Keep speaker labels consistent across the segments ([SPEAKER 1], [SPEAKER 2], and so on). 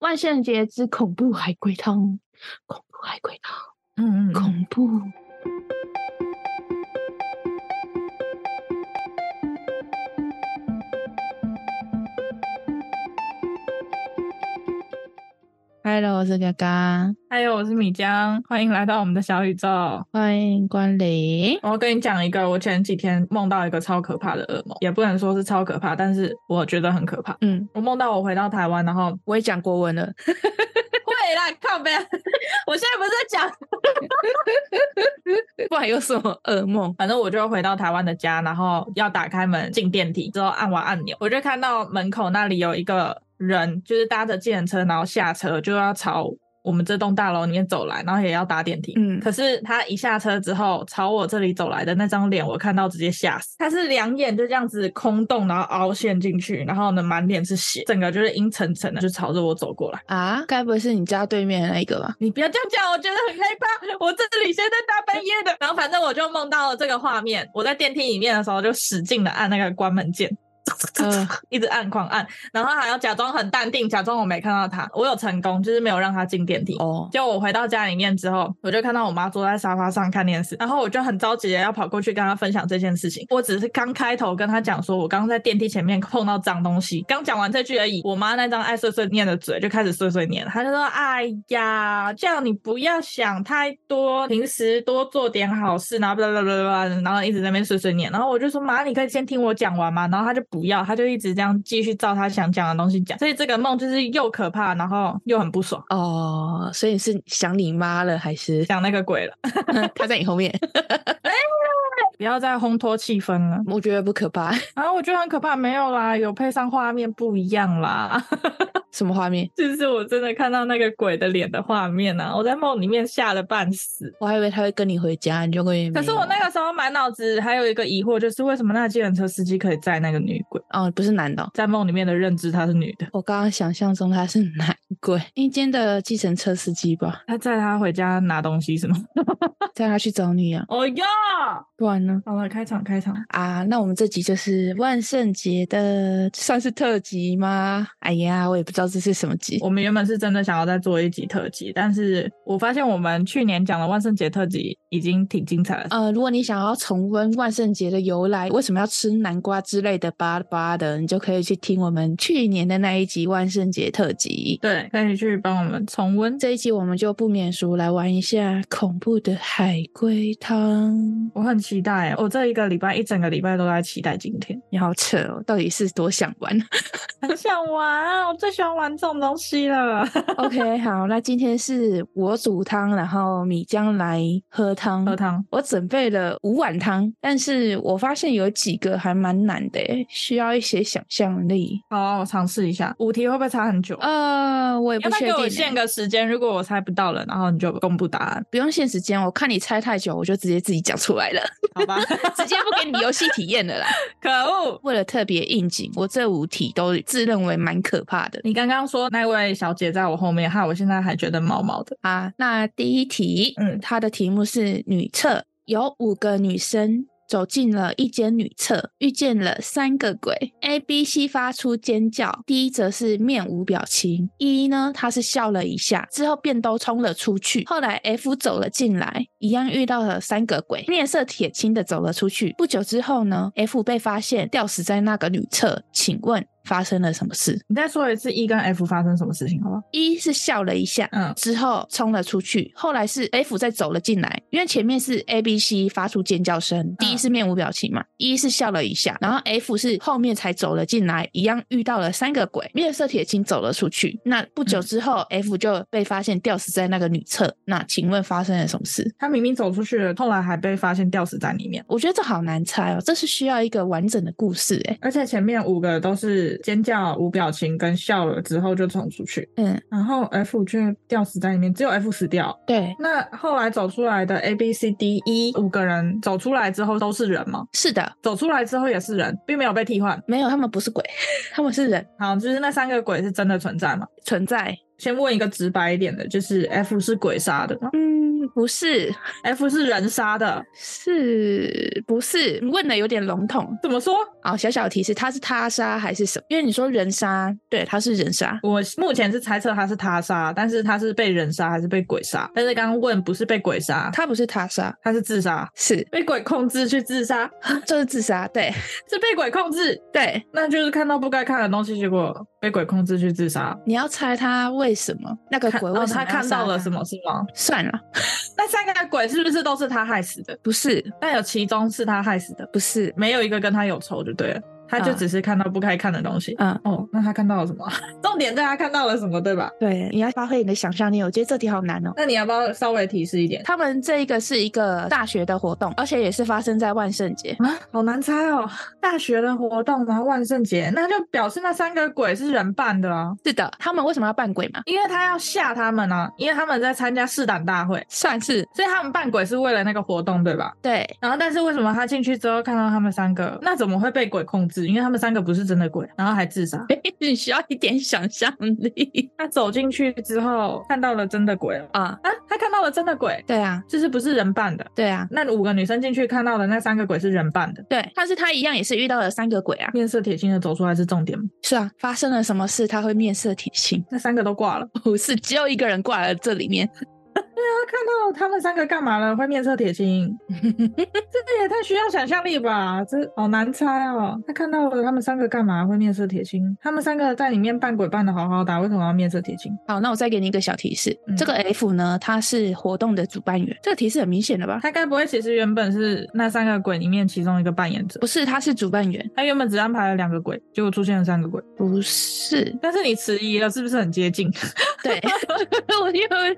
[SPEAKER 1] 万圣节之恐怖海龟汤，恐怖海龟汤，
[SPEAKER 2] 嗯嗯嗯，
[SPEAKER 1] 恐怖。
[SPEAKER 2] Hello，我是嘎嘎，
[SPEAKER 3] 还有，我是米江，欢迎来到我们的小宇宙。
[SPEAKER 2] 欢迎光临。
[SPEAKER 3] 我跟你讲一个，我前几天梦到一个超可怕的噩梦，也不能说是超可怕，但是我觉得很可怕。
[SPEAKER 2] 嗯，
[SPEAKER 3] 我梦到我回到台湾，然后
[SPEAKER 2] 我也讲国文了，
[SPEAKER 3] 会啦，靠背， 我现在不是在讲，
[SPEAKER 2] 不然有什么噩梦？
[SPEAKER 3] 反正我就回到台湾的家，然后要打开门进电梯之后按完按钮，我就看到门口那里有一个人，就是搭着计程车，然后下车就要朝。我们这栋大楼里面走来，然后也要搭电梯。
[SPEAKER 2] 嗯
[SPEAKER 3] 可是他一下车之后，朝我这里走来的那张脸，我看到直接吓死。他是两眼就这样子空洞，然后凹陷进去，然后呢满脸是血，整个就是阴沉沉的，就朝着我走过来。
[SPEAKER 2] 啊，该不会是你家对面的那一个吧？
[SPEAKER 3] 你不要这样讲，我觉得很害怕。我这里现在大半夜的，然后反正我就梦到了这个画面。我在电梯里面的时候，就使劲的按那个关门键，
[SPEAKER 2] 嗯
[SPEAKER 3] 一直按狂按，然后还要假装很淡定，假装我没看到他。我有成功，就是没有让他进电梯。
[SPEAKER 2] 哦，
[SPEAKER 3] 就我回到家里面之后，我就看到我妈坐在沙发上看电视，然后我就很着急的要跑过去跟她分享这件事情。我只是刚开头跟她讲说，我刚刚在电梯前面碰到脏东西，刚讲完这句而已。我妈那张爱碎碎念的嘴就开始碎碎念，她就说：“哎呀，这样你不要想太多，平时多做点好事，然后巴拉巴拉巴拉，然后一直在那边碎碎念。”然后我就说：“妈，你可以先听我讲完嘛。”然后她就不要，她就一直这样继续照她想讲的东西讲。所以这个梦就是又可怕，然后又很不爽，
[SPEAKER 2] 哦，所以你是想你妈了，还 是
[SPEAKER 3] 讲那个鬼了。
[SPEAKER 2] 她在你后面？
[SPEAKER 3] 不要再烘托气氛了
[SPEAKER 2] 我觉得不可怕，
[SPEAKER 3] 啊！我觉得很可怕，没有啦，有配上画面不一样啦。
[SPEAKER 2] 什么画面？
[SPEAKER 3] 就是我真的看到那个鬼的脸的画面啊，我在梦里面吓得半死。
[SPEAKER 2] 我还以为她会跟你回家，你就会。
[SPEAKER 3] 可是我那个时候满脑子还有一个疑惑，就是为什么那个计程车司机可以载那个女鬼？
[SPEAKER 2] 哦，不是男的哦、
[SPEAKER 3] 在梦里面的认知她是女的，
[SPEAKER 2] 我刚刚想象中他是 男鬼，阴间的计程车司机吧，
[SPEAKER 3] 他载她回家拿东西是吗？
[SPEAKER 2] 带他去找你啊，
[SPEAKER 3] 哦哟，
[SPEAKER 2] 不然呢？
[SPEAKER 3] 好了，开场开场，
[SPEAKER 2] 啊，那我们这集就是万圣节的，算是特辑吗？哎呀，我也不知道这是什么集。
[SPEAKER 3] 我们原本是真的想要再做一集特辑，但是我发现我们去年讲的万圣节特辑已经挺精彩了。
[SPEAKER 2] 呃，如果你想要重温万圣节的由来，为什么要吃南瓜之类的巴拉巴拉的，你就可以去听我们去年的那一集万圣节特辑。
[SPEAKER 3] 对，可以去帮我们重温
[SPEAKER 2] 这一集我们就不免俗来玩一下恐怖的海龟汤。
[SPEAKER 3] 我很期待，我这一个礼拜一整个礼拜都在期待今天，
[SPEAKER 2] 你好扯哦，到底是多想玩？
[SPEAKER 3] 很想玩，我最喜欢玩这种东西了。
[SPEAKER 2] OK，好，那今天是我煮汤，然后米浆来喝汤。
[SPEAKER 3] 喝汤，
[SPEAKER 2] 我准备了五碗汤，但是我发现有几个还蛮难的耶，需要一些想象力。
[SPEAKER 3] 好啊，我尝试一下，五题会不会差很久？
[SPEAKER 2] 呃，我也
[SPEAKER 3] 你
[SPEAKER 2] 不
[SPEAKER 3] 要不
[SPEAKER 2] 确
[SPEAKER 3] 要欸给我
[SPEAKER 2] 定
[SPEAKER 3] 限
[SPEAKER 2] 耶，
[SPEAKER 3] 个时间？如果我猜不到了，然后你就公布答案，
[SPEAKER 2] 不用限时间，我看你猜太久，我就直接自己讲出来了，
[SPEAKER 3] 好吧？
[SPEAKER 2] 直接不给你游戏体验了啦。
[SPEAKER 3] 可恶！
[SPEAKER 2] 为了特别应景，我这五题都自认为蛮可怕的
[SPEAKER 3] 你刚刚说那位小姐在我后面，害我现在还觉得毛毛的。
[SPEAKER 2] 啊。那第一题，
[SPEAKER 3] 嗯
[SPEAKER 2] 它的题目是女厕，有五个女生走进了一间女厕，遇见了三个鬼。A、B、C 发出尖叫，D 则是面无表情。E 呢，她是笑了一下，之后便都冲了出去。后来 F 走了进来，一样遇到了三个鬼，面色铁青的走了出去。不久之后呢，F 被发现吊死在那个女厕。请问发生了什么事？
[SPEAKER 3] 你再说一次 E 跟 F 发生什么事情，好不好？
[SPEAKER 2] 一是笑了一下，
[SPEAKER 3] 嗯
[SPEAKER 2] 之后冲了出去，后来是 F 再走了进来，因为前面是 A、B、C 发出尖叫声，D 是面无表情嘛，一、是笑了一下，然后 F 是后面才走了进来，一样遇到了三个鬼，面色铁青走了出去。那不久之后、f 就被发现吊死在那个女厕。那请问发生了什么事？
[SPEAKER 3] 她明明走出去了，后来还被发现吊死在里面，
[SPEAKER 2] 我觉得这好难猜哦，这是需要一个完整的故事欸诶。
[SPEAKER 3] 而且前面五个都是尖叫、无表情跟笑了之后就冲出去。
[SPEAKER 2] 嗯，
[SPEAKER 3] 然后 F 却吊死在里面，只有 F 死掉。
[SPEAKER 2] 对，
[SPEAKER 3] 那后来走出来的 A、B、C、D、E 五个人走出来之后都是人吗？
[SPEAKER 2] 是的，
[SPEAKER 3] 走出来之后也是人，并没有被替换。
[SPEAKER 2] 没有，他们不是鬼， 他们是人
[SPEAKER 3] 好，就是那三个鬼是真的存在吗？
[SPEAKER 2] 存在。
[SPEAKER 3] 先问一个直白一点的，就是 F 是鬼杀的吗？
[SPEAKER 2] 嗯，不是，
[SPEAKER 3] F 是人杀的，
[SPEAKER 2] 是不是？问的有点笼统。
[SPEAKER 3] 怎么说？
[SPEAKER 2] 好，哦小小提示，他是他杀还是什么？因为你说人杀，对，他是人杀。
[SPEAKER 3] 我目前是猜测他是他杀，但是他是被人杀还是被鬼杀？但是刚刚问不是被鬼杀，
[SPEAKER 2] 他不是他杀，
[SPEAKER 3] 他是自杀，
[SPEAKER 2] 是
[SPEAKER 3] 被鬼控制去自杀，
[SPEAKER 2] 就是自杀。对
[SPEAKER 3] 是被鬼控制，
[SPEAKER 2] 对，
[SPEAKER 3] 那就是看到不该看的东西，结果被鬼控制去自杀。
[SPEAKER 2] 你要猜他为什么那个
[SPEAKER 3] 看
[SPEAKER 2] 鬼
[SPEAKER 3] 哦
[SPEAKER 2] 为什么、
[SPEAKER 3] 他看到了什？么是吗？
[SPEAKER 2] 算了，
[SPEAKER 3] 那三个鬼是不是都是他害死的？
[SPEAKER 2] 不是
[SPEAKER 3] 但有其中是他害死的，
[SPEAKER 2] 不是，
[SPEAKER 3] 没有一个跟他有仇就对了。他就
[SPEAKER 2] 嗯
[SPEAKER 3] 只是看到不该看的东西。
[SPEAKER 2] 嗯，
[SPEAKER 3] 哦，那他看到了什么？ 重点在他看到了什么，对吧？
[SPEAKER 2] 对，你要发挥你的想象力。我觉得这题好难哦。
[SPEAKER 3] 那你要不要稍微提示一点？
[SPEAKER 2] 他们这一个是一个大学的活动，而且也是发生在万圣节。
[SPEAKER 3] 啊，好难猜哦！大学的活动，然后万圣节，那就表示那三个鬼是人扮的啊，
[SPEAKER 2] 是的，他们为什么要扮鬼嘛？
[SPEAKER 3] 因为他要吓他们啊，因为他们在参加试胆大会，
[SPEAKER 2] 算是
[SPEAKER 3] 所以他们扮鬼是为了那个活动，对吧？
[SPEAKER 2] 对，
[SPEAKER 3] 然后，但是为什么他进去之后看到他们三个，那怎么会被鬼控制？因为他们三个不是真的鬼，然后还自杀。
[SPEAKER 2] 你需要一点想象力
[SPEAKER 3] 他走进去之后看到了真的鬼了
[SPEAKER 2] 啊、
[SPEAKER 3] 啊，他看到了真的鬼，
[SPEAKER 2] 对啊，
[SPEAKER 3] 就是不是人扮的。
[SPEAKER 2] 对啊，
[SPEAKER 3] 那五个女生进去看到的那三个鬼是人扮的，
[SPEAKER 2] 对。但是他一样也是遇到了三个鬼啊。
[SPEAKER 3] 面色铁青的走出来是重点吗，
[SPEAKER 2] 是啊，发生了什么事他会面色铁青？
[SPEAKER 3] 那三个都挂了。啊
[SPEAKER 2] 不是，只有一个人挂了这里面。
[SPEAKER 3] 他看到他们三个干嘛了？会面色铁青，这也太需要想象力吧？这好难猜哦。他看到了他们三个干嘛？会面色铁青？他们三个在里面扮鬼扮的好好的啊，为什么要面色铁青？
[SPEAKER 2] 好，那我再给你一个小提示，
[SPEAKER 3] 嗯
[SPEAKER 2] 这个 F 呢，他是活动的主办员。这个提示很明显了吧？
[SPEAKER 3] 他该不会其实原本是那三个鬼里面其中一个扮演者
[SPEAKER 2] 不？是，他是主办员，
[SPEAKER 3] 他原本只安排了两个鬼，结果出现了三个鬼。
[SPEAKER 2] 不是。
[SPEAKER 3] 但是你迟疑了，是不是很接近？
[SPEAKER 2] 对， 我因为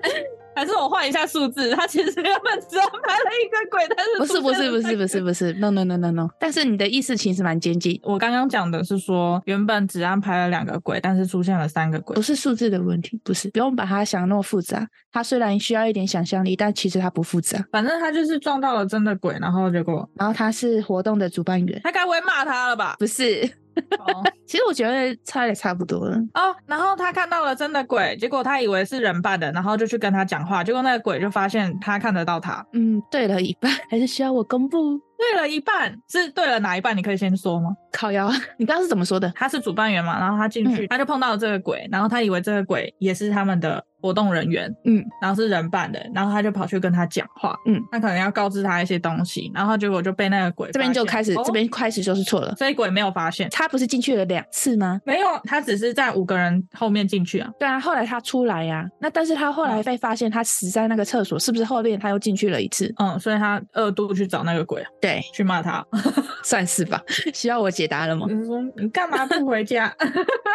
[SPEAKER 3] 还是我换一下数字？他其实原本只安排了一个鬼，但是
[SPEAKER 2] 不是
[SPEAKER 3] 出
[SPEAKER 2] 不
[SPEAKER 3] 现
[SPEAKER 2] 是
[SPEAKER 3] 了
[SPEAKER 2] 不
[SPEAKER 3] 三
[SPEAKER 2] 是
[SPEAKER 3] 个
[SPEAKER 2] 不是不是，no no no no no。但是你的意思其实蛮接近，
[SPEAKER 3] 我刚刚讲的是说，原本只安排了两个鬼，但是出现了三个鬼
[SPEAKER 2] 不。是数字的问题，不是，不用把它想那么复杂。它虽然需要一点想象力，但其实它不复杂。
[SPEAKER 3] 反正他就是撞到了真的鬼，然后结果
[SPEAKER 2] 然后他是活动的主办员，
[SPEAKER 3] 他该不会骂他了 吧？
[SPEAKER 2] 不是。
[SPEAKER 3] 哦
[SPEAKER 2] 其实我觉得猜的差不多了。
[SPEAKER 3] 哦，然后他看到了真的鬼，结果他以为是人扮的，然后就去跟他讲话，结果那个鬼就发现他看得到他。
[SPEAKER 2] 嗯，对了一半， 还是需要我公布。
[SPEAKER 3] 对了一半，是对了哪一半？你可以先说吗？
[SPEAKER 2] 烤腰，啊 你刚刚是怎么说的？
[SPEAKER 3] 他是主办员嘛，然后他进
[SPEAKER 2] 嗯
[SPEAKER 3] 去，他就碰到了这个鬼，然后他以为这个鬼也是他们的活动人员，
[SPEAKER 2] 嗯，
[SPEAKER 3] 然后是人扮的，然后他就跑去跟他讲话，
[SPEAKER 2] 嗯，
[SPEAKER 3] 他可能要告知他一些东西，然后结果就被那个鬼
[SPEAKER 2] 这边就
[SPEAKER 3] 发现
[SPEAKER 2] 开始，
[SPEAKER 3] 哦
[SPEAKER 2] 这边开始就是错了。
[SPEAKER 3] 所以鬼没有发现，
[SPEAKER 2] 他不是进去了两次吗？
[SPEAKER 3] 没有，他只是在五个人后面进去啊。
[SPEAKER 2] 对啊，后来他出来呀、那但是他后
[SPEAKER 3] 嗯
[SPEAKER 2] 来被发现他死在那个厕所，是不是后面他又进去了一次？
[SPEAKER 3] 嗯，所以他二度去找那个鬼啊
[SPEAKER 2] 对，
[SPEAKER 3] 去骂他，
[SPEAKER 2] 算是吧。 需要我解答了吗？
[SPEAKER 3] 你说你干嘛不回家？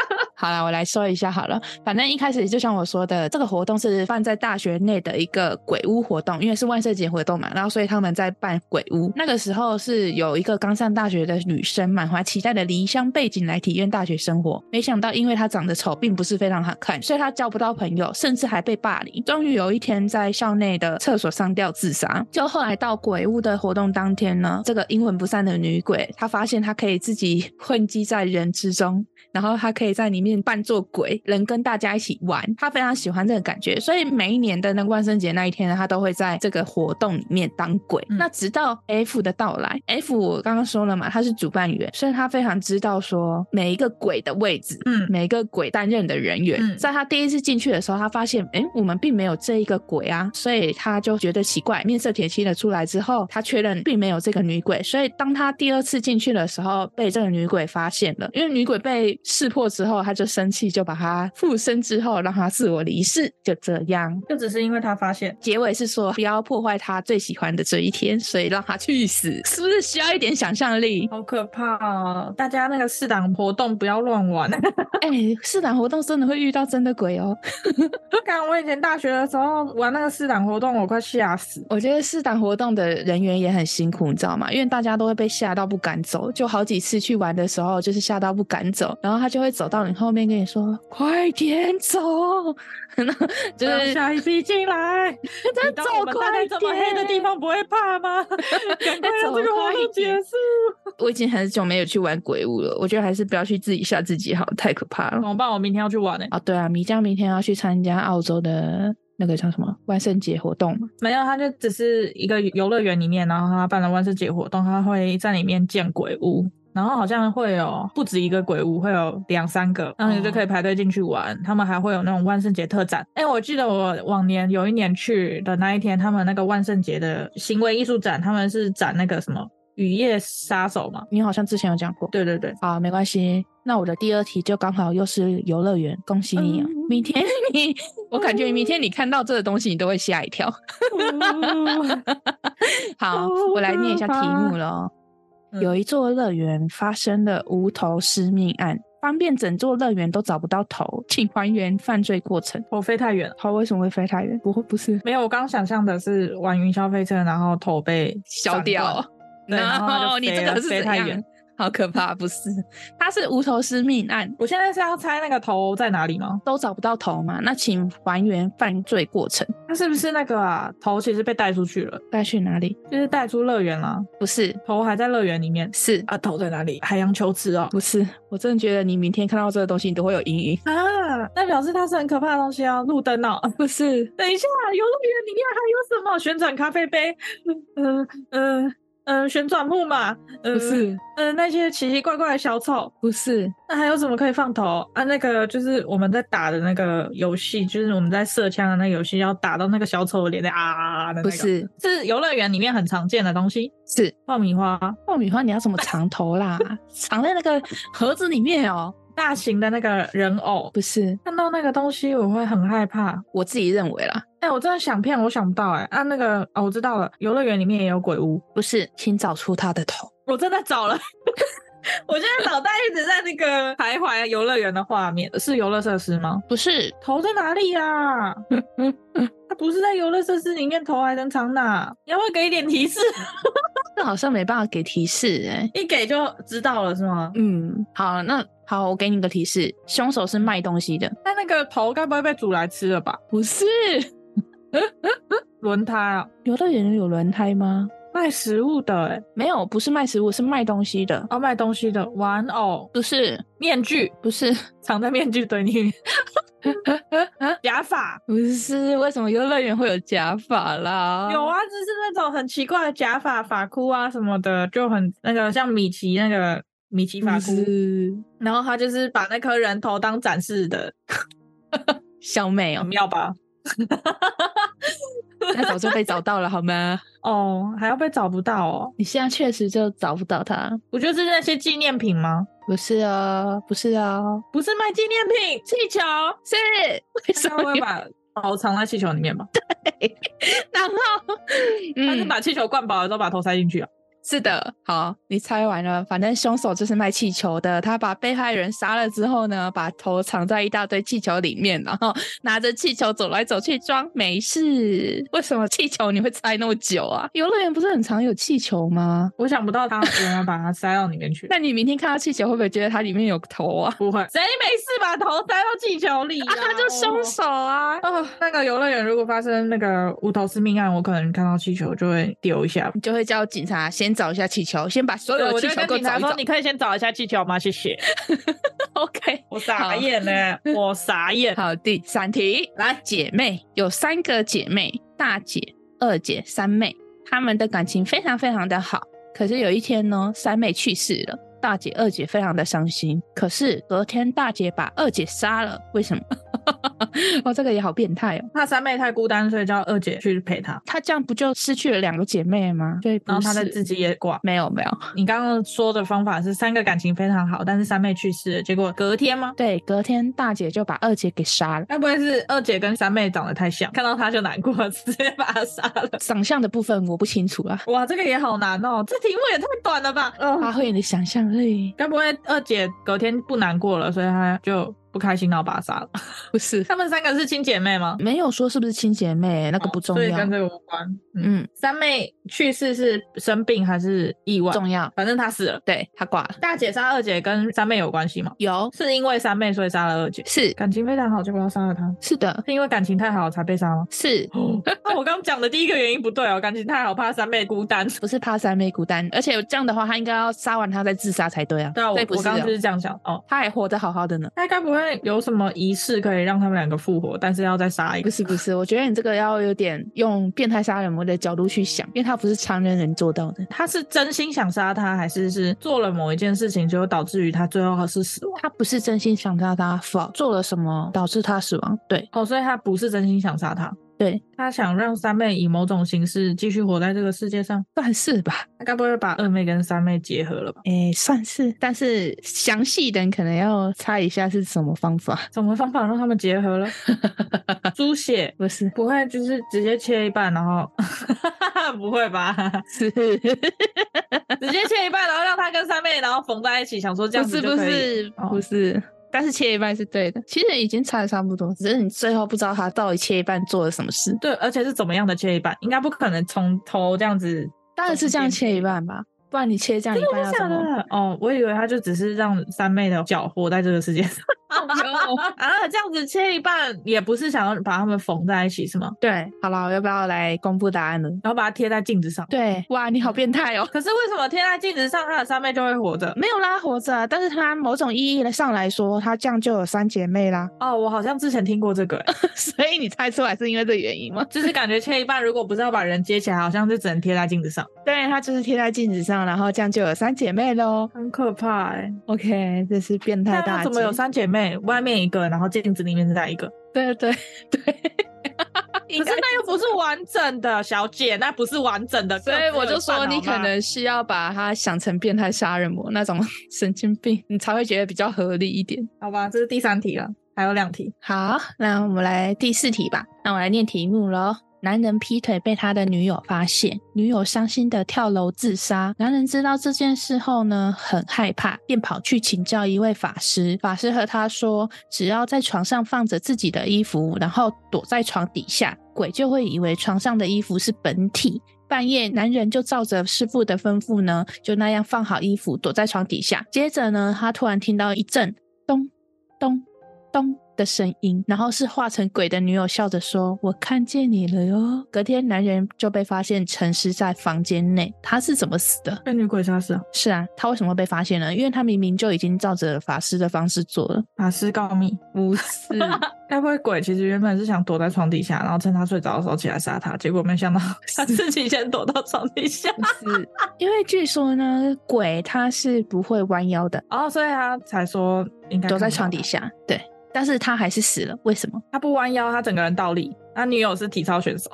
[SPEAKER 2] 好啦，我来说一下好了。反正一开始就像我说的，这个活动是放在大学内的一个鬼屋活动，因为是万圣节活动嘛，然后所以他们在办鬼屋。那个时候是有一个刚上大学的女生，满怀期待的离乡背景来体验大学生活，没想到因为她长得丑，并不是非常好看，所以她交不到朋友，甚至还被霸凌。终于有一天在校内的厕所上吊自杀。就后来到鬼屋的活动当天呢，这个阴魂不散的女鬼，她发现她可以自己混迹在人之中，然后他可以在里面扮作鬼，人跟大家一起玩，他非常喜欢这个感觉，所以每一年的那个万圣节那一天呢，他都会在这个活动里面当鬼。
[SPEAKER 3] 嗯
[SPEAKER 2] 那直到 F 的到来，F 我刚刚说了嘛，他是主办员，所以他非常知道说每一个鬼的位置，
[SPEAKER 3] 嗯
[SPEAKER 2] 每一个鬼担任的人员。
[SPEAKER 3] 嗯
[SPEAKER 2] 在他第一次进去的时候，他发现，哎，我们并没有这一个鬼啊，所以他就觉得奇怪。面色铁青的出来之后，他确认并没有这个女鬼，所以当他第二次进去的时候，被这个女鬼发现了。因为女鬼被识破之后，他就生气，就把她附身之后，让她自我离世，就这样。
[SPEAKER 3] 就只是因为他发现，
[SPEAKER 2] 结尾是说不要破坏他最喜欢的这一天，所以让他去死，是不是需要一点想象力？
[SPEAKER 3] 好可怕哦！大家那个试档活动不要乱玩。
[SPEAKER 2] 哎、试胆活动真的会遇到真的鬼哦。
[SPEAKER 3] 看我以前大学的时候玩那个试档活动，我快吓死。
[SPEAKER 2] 我觉得试胆活动的人员也很辛苦，你知道吗？因为大家都会被吓到不敢走，就好几次去玩的时候，就是吓到不敢走，然后他就会走到你后面跟你说：“快点走！” 就
[SPEAKER 3] 让
[SPEAKER 2] 是
[SPEAKER 3] 下一批进
[SPEAKER 2] 再
[SPEAKER 3] 来，啊 你当
[SPEAKER 2] 走
[SPEAKER 3] 我们待
[SPEAKER 2] 快
[SPEAKER 3] 在这么黑的地
[SPEAKER 2] 点
[SPEAKER 3] 方不会怕 吗？赶快让这个活动结束。
[SPEAKER 2] 我已经很久没有去玩鬼屋了，我觉得还是不要去自己吓自己好，太可怕
[SPEAKER 3] 怎
[SPEAKER 2] 了。
[SPEAKER 3] 么办？我明天要去玩呢、欸
[SPEAKER 2] 哦，对啊，米酱明天要去参加澳洲的那个叫什么万圣节活动嘛，
[SPEAKER 3] 没有，他就只是一个游乐园里面，然后他办了万圣节活动，他会在里面建鬼屋，然后好像会有不止一个鬼屋，会有两三个，然后你就可以排队进去玩。他们还会有那种万圣节特展。哎，我记得我往年有一年去的那一天，他们那个万圣节的行为艺术展，他们是展那个什么雨夜杀手嘛？
[SPEAKER 2] 你好像之前有讲过。
[SPEAKER 3] 对对对，
[SPEAKER 2] 好，没关系。那我的第二题就刚好又是游乐园，恭喜你啊！
[SPEAKER 1] 嗯
[SPEAKER 2] 明天你， 我感觉明天你看到这个东西，你都会吓一跳。 好，我来念一下题目喽。
[SPEAKER 3] 嗯
[SPEAKER 2] 有一座乐园发生了无头尸命案，方便整座乐园都找不到头，请还原犯罪过程。
[SPEAKER 3] 我飞太远了。
[SPEAKER 2] 头为什么会飞太远？不会不是
[SPEAKER 3] 没有，我刚想象的是玩云霄飞车，然后头被
[SPEAKER 2] 消
[SPEAKER 3] 斩断
[SPEAKER 2] 掉？
[SPEAKER 3] 对然后它就
[SPEAKER 2] 你
[SPEAKER 3] 飞
[SPEAKER 2] 这
[SPEAKER 3] 了
[SPEAKER 2] 个是
[SPEAKER 3] 飞
[SPEAKER 2] 怎
[SPEAKER 3] 太
[SPEAKER 2] 样
[SPEAKER 3] 远？
[SPEAKER 2] 好可怕，不是？它是无头尸命案，
[SPEAKER 3] 我现在是要猜那个头在哪里吗？
[SPEAKER 2] 都找不到头嘛？那请还原犯罪过程，
[SPEAKER 3] 他是不是那个啊？头其实被带出去了，
[SPEAKER 2] 带去哪里？
[SPEAKER 3] 就是带出乐园了，
[SPEAKER 2] 不是，
[SPEAKER 3] 头还在乐园里面
[SPEAKER 2] 是
[SPEAKER 3] 啊？头在哪里？海洋球池哦。
[SPEAKER 2] 不是？我真的觉得你明天看到这个东西，你都会有阴影。
[SPEAKER 3] 啊，那表示它是很可怕的东西啊！路灯哦，
[SPEAKER 2] 不是，
[SPEAKER 3] 等一下，游乐园里面还有什么？旋转咖啡杯，嗯嗯嗯，旋转木马，嗯、
[SPEAKER 2] 不是，
[SPEAKER 3] 嗯、那些奇奇怪怪的小丑，
[SPEAKER 2] 不是，
[SPEAKER 3] 那还有什么可以放头啊？那个就是我们在打的那个游戏，就是我们在射枪的那个游戏，要打到那个小丑的脸在啊啊啊啊的那
[SPEAKER 2] 不
[SPEAKER 3] 个，
[SPEAKER 2] 是，
[SPEAKER 3] 是游乐园里面很常见的东西，
[SPEAKER 2] 是
[SPEAKER 3] 爆米花，
[SPEAKER 2] 爆米花，你要怎么藏头啦？ 藏在那个盒子里面哦。
[SPEAKER 3] 大型的那个人偶。
[SPEAKER 2] 不是，
[SPEAKER 3] 看到那个东西，我会很害怕。
[SPEAKER 2] 我自己认为啦，
[SPEAKER 3] 哎、我真的想骗，我想不到哎、啊，那个哦，我知道了，游乐园里面也有鬼屋，
[SPEAKER 2] 不是，请找出他的头。
[SPEAKER 3] 我真的找了。 我现在脑袋一直在那个徘徊游乐园的画面，是游乐设施吗？
[SPEAKER 2] 不是，
[SPEAKER 3] 头在哪里呀、 啊？它不是在游乐设施里面，头还能藏哪？你要不要给一点提示？
[SPEAKER 2] 这好像没办法给提示哎、
[SPEAKER 3] 一给就知道了是吗？
[SPEAKER 2] 嗯，好，那好，我给你个提示，凶手是卖东西的。
[SPEAKER 3] 那那个头该不会被煮来吃了吧？
[SPEAKER 2] 不是，
[SPEAKER 3] 轮胎啊，
[SPEAKER 2] 游乐园有轮胎吗？
[SPEAKER 3] 卖食物的、欸，
[SPEAKER 2] 没有，不是卖食物，是卖东西的。
[SPEAKER 3] 哦，卖东西的，玩偶、
[SPEAKER 2] 不是，
[SPEAKER 3] 面具，
[SPEAKER 2] 不是，
[SPEAKER 3] 藏在面具堆里面， 假发。
[SPEAKER 2] 不是，为什么游乐园会有假发啦？
[SPEAKER 3] 有，啊，就是那种很奇怪的假发、发箍啊什么的，就很那个像米奇那个米奇发
[SPEAKER 2] 不
[SPEAKER 3] 箍，
[SPEAKER 2] 是
[SPEAKER 3] 然后他就是把那颗人头当展示的，
[SPEAKER 2] 小美
[SPEAKER 3] 很
[SPEAKER 2] 哦，
[SPEAKER 3] 妙吧？
[SPEAKER 2] 那早就被找到了好吗？
[SPEAKER 3] 哦，还要被找不到哦？
[SPEAKER 2] 你现在确实就找不到他。
[SPEAKER 3] 我觉得是那些纪念品吗？
[SPEAKER 2] 不是啊，不是啊，
[SPEAKER 3] 不是卖纪念品，气 球，
[SPEAKER 2] 是为什
[SPEAKER 3] 他
[SPEAKER 2] 么
[SPEAKER 3] 会
[SPEAKER 2] 有？
[SPEAKER 3] 把头藏在气球里面吧？
[SPEAKER 2] 然 后，
[SPEAKER 3] 他是
[SPEAKER 2] 嗯，
[SPEAKER 3] 把气球灌饱了之后把头塞进去啊？
[SPEAKER 2] 是的，好，你猜完了。反正凶手就是卖气球的，他把被害人杀了之后呢，把头藏在一大堆气球里面，然后拿着气球走来走去，装没事。为什么气球你会猜那么久啊？游乐园不是很常有气球吗？
[SPEAKER 3] 我想不到他原来把它塞到里面去，
[SPEAKER 2] 那你明天看到气球会不会觉得它里面有头啊？
[SPEAKER 3] 不会，谁没事把头塞到气球里、啊？
[SPEAKER 2] 啊，他就凶手啊！
[SPEAKER 3] 哦，那个游乐园如果发生那个无头尸命案，我可能看到气球就会丢一下。呃
[SPEAKER 2] 你就会叫警察先找一下气球，先把所有的
[SPEAKER 3] 我
[SPEAKER 2] 气
[SPEAKER 3] 就
[SPEAKER 2] 球
[SPEAKER 3] 跟
[SPEAKER 2] 给我
[SPEAKER 3] 警
[SPEAKER 2] 找
[SPEAKER 3] 察
[SPEAKER 2] 一
[SPEAKER 3] 说，
[SPEAKER 2] 找。
[SPEAKER 3] 你可以先找一下气球吗？谢谢。
[SPEAKER 2] OK，
[SPEAKER 3] 我
[SPEAKER 2] 好
[SPEAKER 3] 傻眼呢、欸 我傻眼。
[SPEAKER 2] 好，第三题，来，姐妹有三个姐妹，大姐、二姐、三妹，她们的感情非常非常的好。可是有一天呢，三妹去世了，大姐、二姐非常的伤心。可是隔天，大姐把二姐杀了，为什么？ 哦，这个也好变态哦！
[SPEAKER 3] 怕三妹太孤单，所以叫二姐去陪她，
[SPEAKER 2] 她这样不就失去了两个姐妹吗？对，
[SPEAKER 3] 然后哦她
[SPEAKER 2] 她
[SPEAKER 3] 在自己也挂。
[SPEAKER 2] 没有没有，
[SPEAKER 3] 你刚刚说的方法是三个感情非常好，但是三妹去世了，结果隔天吗？
[SPEAKER 2] 对，隔天大姐就把二姐给杀了。
[SPEAKER 3] 该不会是二姐跟三妹长得太像，看到她就难过， 直接把她杀了？
[SPEAKER 2] 长相的部分我不清楚啊，
[SPEAKER 3] 哇，这个也好难哦，这题目也太短了吧？嗯、
[SPEAKER 2] 发挥你的想象力。
[SPEAKER 3] 该不会二姐隔天不难过了，所以她就不开心，然后把她杀了？
[SPEAKER 2] 不是，
[SPEAKER 3] 她们三个是亲姐妹吗？
[SPEAKER 2] 没有说是不是亲姐妹，那个不重
[SPEAKER 3] 哦所以
[SPEAKER 2] 要。
[SPEAKER 3] 跟这个无关。嗯，
[SPEAKER 2] 嗯，
[SPEAKER 3] 三妹去世是生病还是意外？
[SPEAKER 2] 重要。
[SPEAKER 3] 反正她死了。
[SPEAKER 2] 对他挂了，
[SPEAKER 3] 大姐杀二姐跟三妹有关系吗？
[SPEAKER 2] 有
[SPEAKER 3] 是因为三妹所以杀了二姐，
[SPEAKER 2] 是
[SPEAKER 3] 感情非常好，结果要杀了她，
[SPEAKER 2] 是的，
[SPEAKER 3] 是因为感情太好才被杀 吗？哦
[SPEAKER 2] 是
[SPEAKER 3] 那我刚讲的第一个原因不对哦，感情太好，怕三妹孤单。
[SPEAKER 2] 不是怕三妹孤单？而且这样的话，他应该要杀完他再自杀才对啊。
[SPEAKER 3] 对啊，我
[SPEAKER 2] 这不
[SPEAKER 3] 我
[SPEAKER 2] 是
[SPEAKER 3] 刚刚
[SPEAKER 2] 哦
[SPEAKER 3] 就是这样想哦。
[SPEAKER 2] 他还活得好好的呢。
[SPEAKER 3] 那该不会为有什么仪式可以让他们两个复活，但是要再杀一
[SPEAKER 2] 不
[SPEAKER 3] 个。
[SPEAKER 2] 是不是，我觉得你这个要有点用变态杀人魔的角度去想，因为他不是常人能做到的。
[SPEAKER 3] 他是真心想杀他，还是是做了某一件事情，结果导致于他最后是死亡？
[SPEAKER 2] 他不是真心想让他否做了什么导致他死亡，对
[SPEAKER 3] 哦，所以他不是真心想杀他，
[SPEAKER 2] 对，
[SPEAKER 3] 他想让三妹以某种形式继续活在这个世界上。
[SPEAKER 2] 算是吧，
[SPEAKER 3] 他该不会把二妹跟三妹结合了吧？
[SPEAKER 2] 诶，算是，但是详细的你可能要猜一下是什么方法，
[SPEAKER 3] 什么方法让他们 结合了？猪血
[SPEAKER 2] 不是
[SPEAKER 3] 不会就是直接切一半，然后 不会吧？
[SPEAKER 2] 是，
[SPEAKER 3] 直接切一半，然后让他跟三妹然后缝在一起，想说这样
[SPEAKER 2] 不
[SPEAKER 3] 子
[SPEAKER 2] 是
[SPEAKER 3] 就
[SPEAKER 2] 不
[SPEAKER 3] 可以
[SPEAKER 2] 是
[SPEAKER 3] 哦
[SPEAKER 2] 不是。但是切一半是对的，其实已经猜的差不多，只是你最后不知道他到底切一半做了什么事。
[SPEAKER 3] 对，而且是怎么样的切一半？应该不可能从头这样子。
[SPEAKER 2] 当然是这样切一半吧，不然你切这样一半要
[SPEAKER 3] 假
[SPEAKER 2] 怎么？
[SPEAKER 3] 的啊哦，我以为他就只是让三妹的脚活在这个世界上
[SPEAKER 2] Oh
[SPEAKER 3] 啊，这样子切一半也不是想要把他们缝在一起是吗？
[SPEAKER 2] 对，好了，我要不要来公布答案了？
[SPEAKER 3] 然后把它贴在镜子上。
[SPEAKER 2] 对，哇，你好变态哦！
[SPEAKER 3] 可是为什么贴在镜子上，他的三妹就会活着？
[SPEAKER 2] 没有啦，活着啊，但是她某种意义的上来说，她这样就有三姐妹啦，
[SPEAKER 3] 哦，我好像之前听过这个、欸，
[SPEAKER 2] 所以你猜出来是因为这原因吗？
[SPEAKER 3] 就是感觉切一半，如果不是要把人接起来，好像就只能贴在镜子上，
[SPEAKER 2] 对，她就是贴在镜子上，然后这样就有三姐妹喽。
[SPEAKER 3] 很可怕哎、
[SPEAKER 2] 欸 OK，这是变态
[SPEAKER 3] 那
[SPEAKER 2] 大
[SPEAKER 3] 那
[SPEAKER 2] 姐。
[SPEAKER 3] 怎么有三姐妹？外面一个，然后镜子里面再来一个？
[SPEAKER 2] 对 对对，
[SPEAKER 3] 可是那又不是完整的，小姐，那不是完整的。
[SPEAKER 2] 所以我就说你可能是要把她想成变态杀人魔那种 神经病，你才会觉得比较合理一点。
[SPEAKER 3] 好吧，这是第三题了，还有两题。
[SPEAKER 2] 好，那我们来第四题吧。那我来念题目喽。男人劈腿被他的女友发现，女友伤心的跳楼自杀。男人知道这件事后呢，很害怕，便跑去请教一位法师。法师和他说，只要在床上放着自己的衣服，然后躲在床底下，鬼就会以为床上的衣服是本体。半夜，男人就照着师傅的吩咐呢，就那样放好衣服，躲在床底下。接着呢，他突然听到一阵咚咚咚的声音，然后是化成鬼的女友笑着说：“我看见你了哟。”隔天，男人就被发现沉尸在房间内。他是怎么死的？
[SPEAKER 3] 被女鬼杀死啊！
[SPEAKER 2] 是啊，他为什么会被发现呢？因为他明明就已经照着法师的方式做了。
[SPEAKER 3] 法师告密，
[SPEAKER 2] 不 是，
[SPEAKER 3] 该不会鬼其实原本是想躲在床底下，然后趁他睡着的时候起来杀他，结果没想到他自己先躲到床底下，
[SPEAKER 2] 是 因为据说呢，鬼他是不会弯腰的，
[SPEAKER 3] 然后哦所以他才说应该
[SPEAKER 2] 躲在
[SPEAKER 3] 看不到
[SPEAKER 2] 床底
[SPEAKER 3] 他，
[SPEAKER 2] 下。对，但是他还是死了，为什么？
[SPEAKER 3] 他不弯腰，他整个人倒立。他女友是体操选手，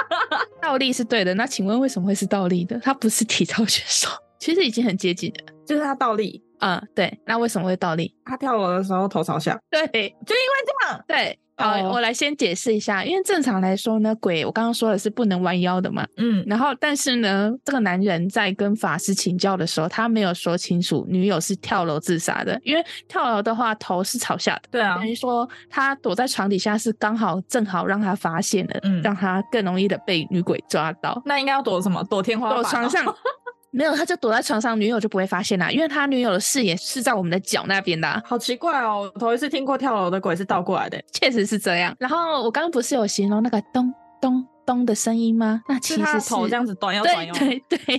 [SPEAKER 2] 倒立是对的，那请问为什么会是倒立的？他不是体操选手， 其实已经很接近了。
[SPEAKER 3] 就是他倒立，
[SPEAKER 2] 啊、对，那为什么会倒立？
[SPEAKER 3] 他跳楼的时候头朝下，
[SPEAKER 2] 对，
[SPEAKER 3] 就因为这样。
[SPEAKER 2] 对，好，
[SPEAKER 3] 哦
[SPEAKER 2] 我来先解释一下，因为正常来说呢，鬼我刚刚说的是不能弯腰的嘛。
[SPEAKER 3] 嗯，
[SPEAKER 2] 然后，但是呢，这个男人在跟法师请教的时候，他没有说清楚女友是跳楼自杀的，因为跳楼的话头是朝下的，
[SPEAKER 3] 对啊
[SPEAKER 2] 等，于说他躲在床底下是刚好正好让他发现了，
[SPEAKER 3] 嗯
[SPEAKER 2] 让他更容易的被女鬼抓到。
[SPEAKER 3] 那应该要躲什么？躲天花板、
[SPEAKER 2] 躲床上，没有，他就躲在床上，女友就不会发现啦、因为他女友的视野是在我们的脚那边的啊、
[SPEAKER 3] 好奇怪哦！我头一次听过跳楼的鬼是倒过来的，欸
[SPEAKER 2] 确实是这样。然后我刚刚不是有形容那个咚咚咚的声音吗？那其
[SPEAKER 3] 是
[SPEAKER 2] 实
[SPEAKER 3] 他
[SPEAKER 2] 是
[SPEAKER 3] 的头这样子端腰
[SPEAKER 2] 对
[SPEAKER 3] 转腰，
[SPEAKER 2] 对对 对。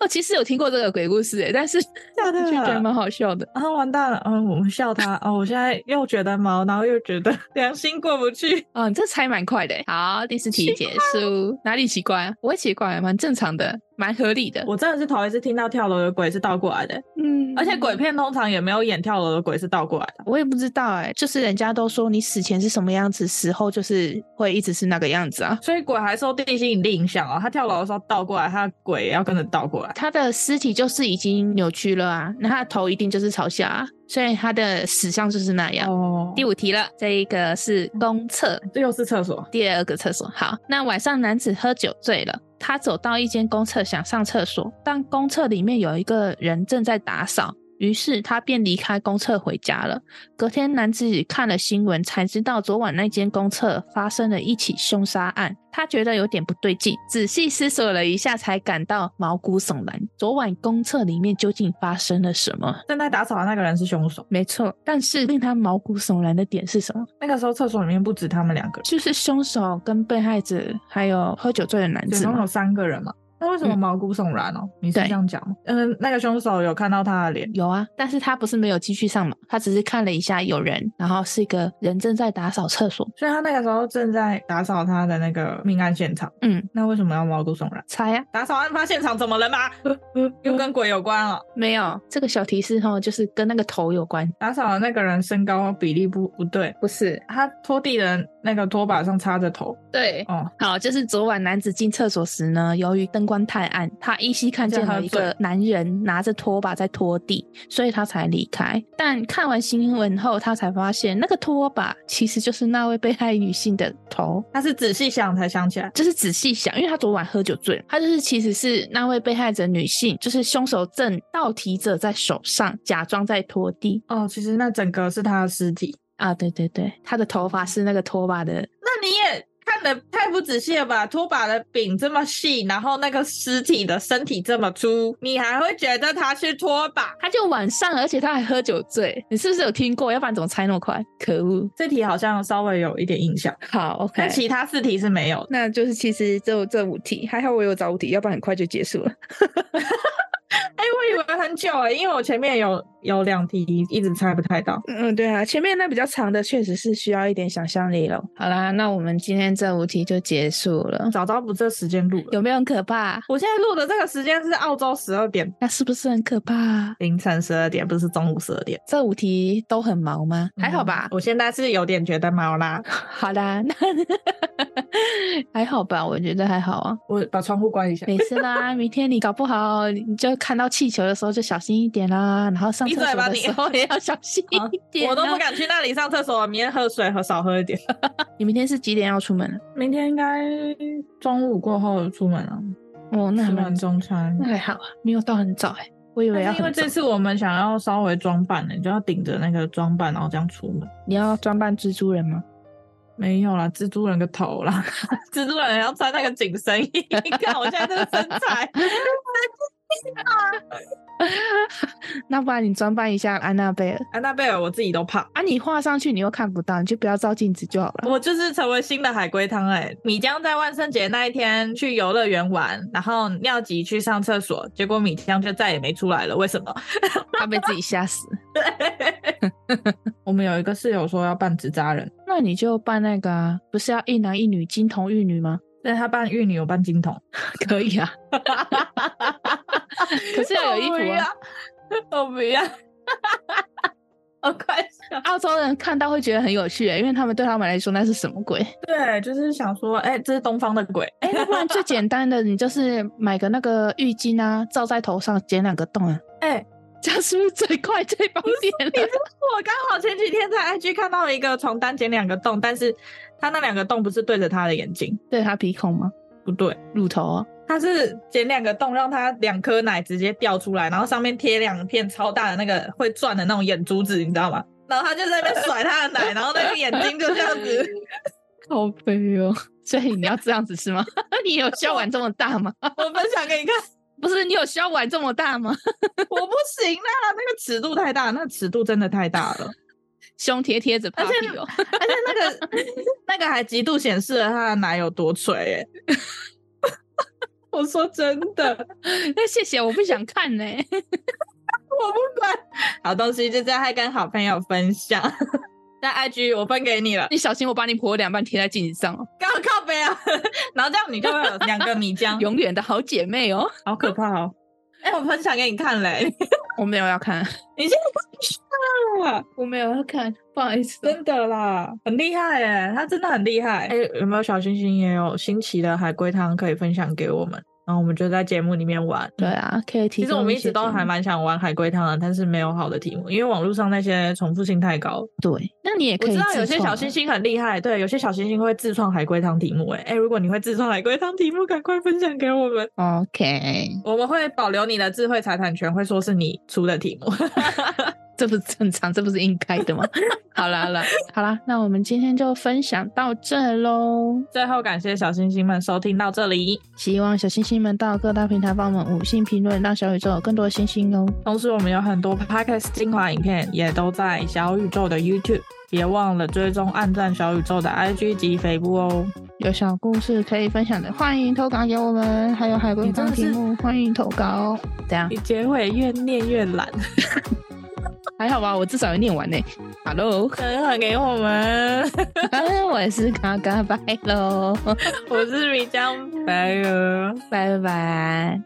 [SPEAKER 2] 我其实有听过这个鬼故事诶，欸但是
[SPEAKER 3] 假的
[SPEAKER 2] 就觉得蛮好笑的。
[SPEAKER 3] 啊，完蛋了！嗯，我们笑他啊、我现在又觉得毛，然后又觉得 良心过不去。
[SPEAKER 2] 哦，你这猜蛮快的诶。好，第四题结束，哪里奇怪啊？不会奇怪，蛮正常的，蛮合理的。
[SPEAKER 3] 我真的是头一次听到跳楼的鬼是倒过来的，
[SPEAKER 2] 嗯
[SPEAKER 3] 而且鬼。片通常也没有演跳楼的鬼是倒过来的。
[SPEAKER 2] 我也不知道哎、就是人家都说你死前是什么样子，死后就是会一直是那个样子啊。
[SPEAKER 3] 所以鬼还受地心引力影响哦，他跳楼的时候倒过来，他的鬼也要跟着倒过来。
[SPEAKER 2] 他的尸体就是已经扭曲了啊，那他的头一定就是朝下啊，所以他的死相就是那样。
[SPEAKER 3] 哦
[SPEAKER 2] 第五题了，这一个是公厕，
[SPEAKER 3] 这又是厕所，
[SPEAKER 2] 第二个厕所。好，那晚上男子喝酒醉了，他走到一间公厕想上厕所，但公厕里面有一个人正在打扫。于是他便离开公厕回家了。隔天，男子看了新闻，才知道昨晚那间公厕发生了一起凶杀案。他觉得有点不对劲，仔细思索了一下，才感到毛骨悚然。昨晚公厕里面究竟发生了什么？
[SPEAKER 3] 正在打扫的那个人是凶手。
[SPEAKER 2] 没错，但是令他毛骨悚然的点是什么？
[SPEAKER 3] 那个时候厕所里面不止他们两个人，
[SPEAKER 2] 就是凶手跟被害者还有喝酒醉的男
[SPEAKER 3] 总
[SPEAKER 2] 子
[SPEAKER 3] 共
[SPEAKER 2] 嘛
[SPEAKER 3] 有三个人嘛。那那为什么毛骨悚然哦？你是
[SPEAKER 2] 对
[SPEAKER 3] 这样讲吗？嗯，那个凶手有看到他的脸，
[SPEAKER 2] 有啊，但是他不是没有继续上嘛，他只是看了一下有人，然后是一个人正在打扫厕所，
[SPEAKER 3] 所以他那个时候正在打扫他的那个命案现场。
[SPEAKER 2] 嗯，
[SPEAKER 3] 那为什么要毛骨悚然？
[SPEAKER 2] 猜啊，
[SPEAKER 3] 打扫案发现场怎么了吗？又跟鬼有关了、
[SPEAKER 2] 没有这个小提示哈，就是跟那个头有关，
[SPEAKER 3] 打扫的那个人身高比例不不对，
[SPEAKER 2] 不是？
[SPEAKER 3] 他拖地的那个拖把上插着头。
[SPEAKER 2] 对，
[SPEAKER 3] 哦，
[SPEAKER 2] 好，就是昨晚男子进厕所时呢，由于灯光太暗，他依稀看见了一个男人拿着拖把在拖地，所以他才离开。但看完新闻后，他才发现那个拖把其实就是那位被害女性的头。
[SPEAKER 3] 他是仔细想才想起来。
[SPEAKER 2] 就是仔细想，因为他昨晚喝酒醉了，他就是其实是那位被害者女性，就是凶手正倒提着在手上，假装在拖地
[SPEAKER 3] 哦，其实那整个是他的尸体。
[SPEAKER 2] 啊，对对对，他的头发是那个拖把的，
[SPEAKER 3] 那你也看的太不仔细了吧？拖把的柄这么细，然后那个尸体的身体这么粗，你还会觉得他是拖把？
[SPEAKER 2] 他就晚上，而且他还喝酒醉，你是不是有听过？要不然怎么猜那么快？可恶！
[SPEAKER 3] 这题好像稍微有一点印象，
[SPEAKER 2] 好，OK，
[SPEAKER 3] 但其他四题是没有的。
[SPEAKER 2] 那就是其实只有这五题，还好我有找五题，要不然很快就结束了。
[SPEAKER 3] 哎、我以为很久哎、因为我前面有有两题一直猜不太到。
[SPEAKER 2] 嗯，对啊，前面那比较长的确实是需要一点想象力咯。好啦，那我们今天这五题就结束了，
[SPEAKER 3] 早知道不这时间录了。
[SPEAKER 2] 有没有很可怕？
[SPEAKER 3] 我现在录的这个时间是澳洲十二点，
[SPEAKER 2] 那是不是很可怕、
[SPEAKER 3] 凌晨十二点，不是中午十二点。
[SPEAKER 2] 这五题都很毛吗？还好吧
[SPEAKER 3] 嗯。我现在是有点觉得毛啦。
[SPEAKER 2] 好啦，那 还好吧，我觉得还好啊，
[SPEAKER 3] 我把窗户关一下。
[SPEAKER 2] 没事 啦。明天你搞不好你就看到气球的时候就小心一点啦，然后上
[SPEAKER 3] 闭
[SPEAKER 2] 厕
[SPEAKER 3] 嘴
[SPEAKER 2] 所
[SPEAKER 3] 吧
[SPEAKER 2] 的
[SPEAKER 3] 你
[SPEAKER 2] 时候也要 小心
[SPEAKER 3] 好
[SPEAKER 2] 一点、
[SPEAKER 3] 我都不。敢去那里上厕所，明天喝水喝少喝一点。
[SPEAKER 2] 你明天是几点要出门啊？
[SPEAKER 3] 明天应该中午过后出门了，
[SPEAKER 2] 哦，那还
[SPEAKER 3] 吃
[SPEAKER 2] 蛮
[SPEAKER 3] 完中餐啊
[SPEAKER 2] 那。还好啊，没有到很早哎、我以为要
[SPEAKER 3] 但是因为
[SPEAKER 2] 很早
[SPEAKER 3] 这。次我们想要稍微装扮呢、就要顶着那个装扮，然后这样出门。
[SPEAKER 2] 你要装扮蜘蛛人吗？
[SPEAKER 3] 没有啦，蜘蛛人个头啦， 蜘蛛人要穿那个紧身衣。 你看我现在这个身材，
[SPEAKER 2] 那不然你装扮一下安娜贝尔
[SPEAKER 3] 安娜贝尔我自己都怕。
[SPEAKER 2] 啊？你画上去你又看不到，你就不要照镜子就好了。
[SPEAKER 3] 我就是成为新的海龟汤哎！米江在万圣节那一天去游乐园玩，然后尿急去上厕所，结果米江就再也没出来了。为什么？
[SPEAKER 2] 他被自己吓死。
[SPEAKER 3] 我们有一个室友说要扮纸扎人，
[SPEAKER 2] 那你就扮那个啊，不是要一男一女金童玉女吗？
[SPEAKER 3] 但是他扮玉女，我扮金童，
[SPEAKER 2] 可以 啊，可是要有衣服啊。
[SPEAKER 3] 我不要，我不 要，我快笑。
[SPEAKER 2] 澳洲人看到会觉得很有趣欸，因为他们对他们来说那是什么鬼？
[SPEAKER 3] 对，就是想说，哎、这是东方的鬼，
[SPEAKER 2] 哎，那不然最简单的，你就是买个那个浴巾啊，罩在头上，剪两个洞啊，
[SPEAKER 3] 哎、
[SPEAKER 2] 这样是不是最快最方便了？
[SPEAKER 3] 我刚好前几天在 IG 看到一个床单剪两个洞，但是他那两个洞不是对着他的眼睛，
[SPEAKER 2] 对他鼻孔吗？
[SPEAKER 3] 不对，
[SPEAKER 2] 乳头啊？
[SPEAKER 3] 他是剪两个洞，让他两颗奶直接掉出来，然后上面贴两片超大的那个会转的那种眼珠子，你知道吗？然后他就在那边甩他的奶，然后那个眼睛就这样子。
[SPEAKER 2] 好悲哦！ 所以你要这样子是吗？ 你有需要玩这么大吗？
[SPEAKER 3] 我分享给你看，
[SPEAKER 2] 不是，你有需要玩这么大吗？
[SPEAKER 3] 我不行啦，那个尺度太大，那个尺度真的太大了，
[SPEAKER 2] 胸贴贴着 p
[SPEAKER 3] 而且
[SPEAKER 2] a 哦，
[SPEAKER 3] 而且那个 那个还极度显示了他的奶有多垂、欸。我说真的。
[SPEAKER 2] 那谢谢，我不想看呢、
[SPEAKER 3] 我不管。 好东西就这样，还跟好朋友分享。 在 IG 我分给你了，
[SPEAKER 2] 你小心我把你剖两半贴在镜子上哦，
[SPEAKER 3] 刚好靠背啊， 然后这样你就会有两个米浆，
[SPEAKER 2] 永远的好姐妹哦。
[SPEAKER 3] 好可怕哦！ 哎、我分享给你看嘞，
[SPEAKER 2] 我没有要看，
[SPEAKER 3] 你现在看了，
[SPEAKER 2] 我没有要看，不好意思
[SPEAKER 3] 啊真的啦，很厉害哎，他真的很厉害。哎、有没有小星星也有新奇的海龟汤可以分享给我们？然后我们就在节目里面玩。
[SPEAKER 2] 对啊，可以提。
[SPEAKER 3] 其实我们一直都还……蛮想玩海龟汤的，但是没有好的题目，因为网络上那些重复性太高。
[SPEAKER 2] 对，那你也
[SPEAKER 3] 我
[SPEAKER 2] 可以。啊
[SPEAKER 3] 知道有些小星，星很厉害，对，有些小星星会自创海龟汤题目、欸。哎、如果你会自创海龟汤题目，赶快分享给我们，
[SPEAKER 2] OK，
[SPEAKER 3] 我们会保留你的智慧财产权，会说是你出的题目。
[SPEAKER 2] 这不是正常，这不是应该的吗？ 好啦好啦好啦，那我们今天就分享到这喽。
[SPEAKER 3] 最后，感谢小星星们收听到这里，
[SPEAKER 2] 希望小星星们到各大平台帮我们五星评论，让小宇宙有更多星星哦。
[SPEAKER 3] 同时我们有很多 podcast 精华影片也都在小宇宙的 YouTube 别忘了追踪暗战小宇宙的 IG 及肥布哦。
[SPEAKER 2] 有小故事可以分享的，欢迎投稿给我们。还有海龟
[SPEAKER 3] 你真
[SPEAKER 2] 汤
[SPEAKER 3] 的
[SPEAKER 2] 题
[SPEAKER 3] 是
[SPEAKER 2] 目，欢迎投稿。
[SPEAKER 4] 怎样
[SPEAKER 3] 你？结尾越念越懒，
[SPEAKER 2] 还好吧，我至少有念完呢。Hello，
[SPEAKER 3] 分享给我们。
[SPEAKER 2] 我是嘎嘎拜喽，
[SPEAKER 3] 我是米江白鹅。
[SPEAKER 4] 拜拜。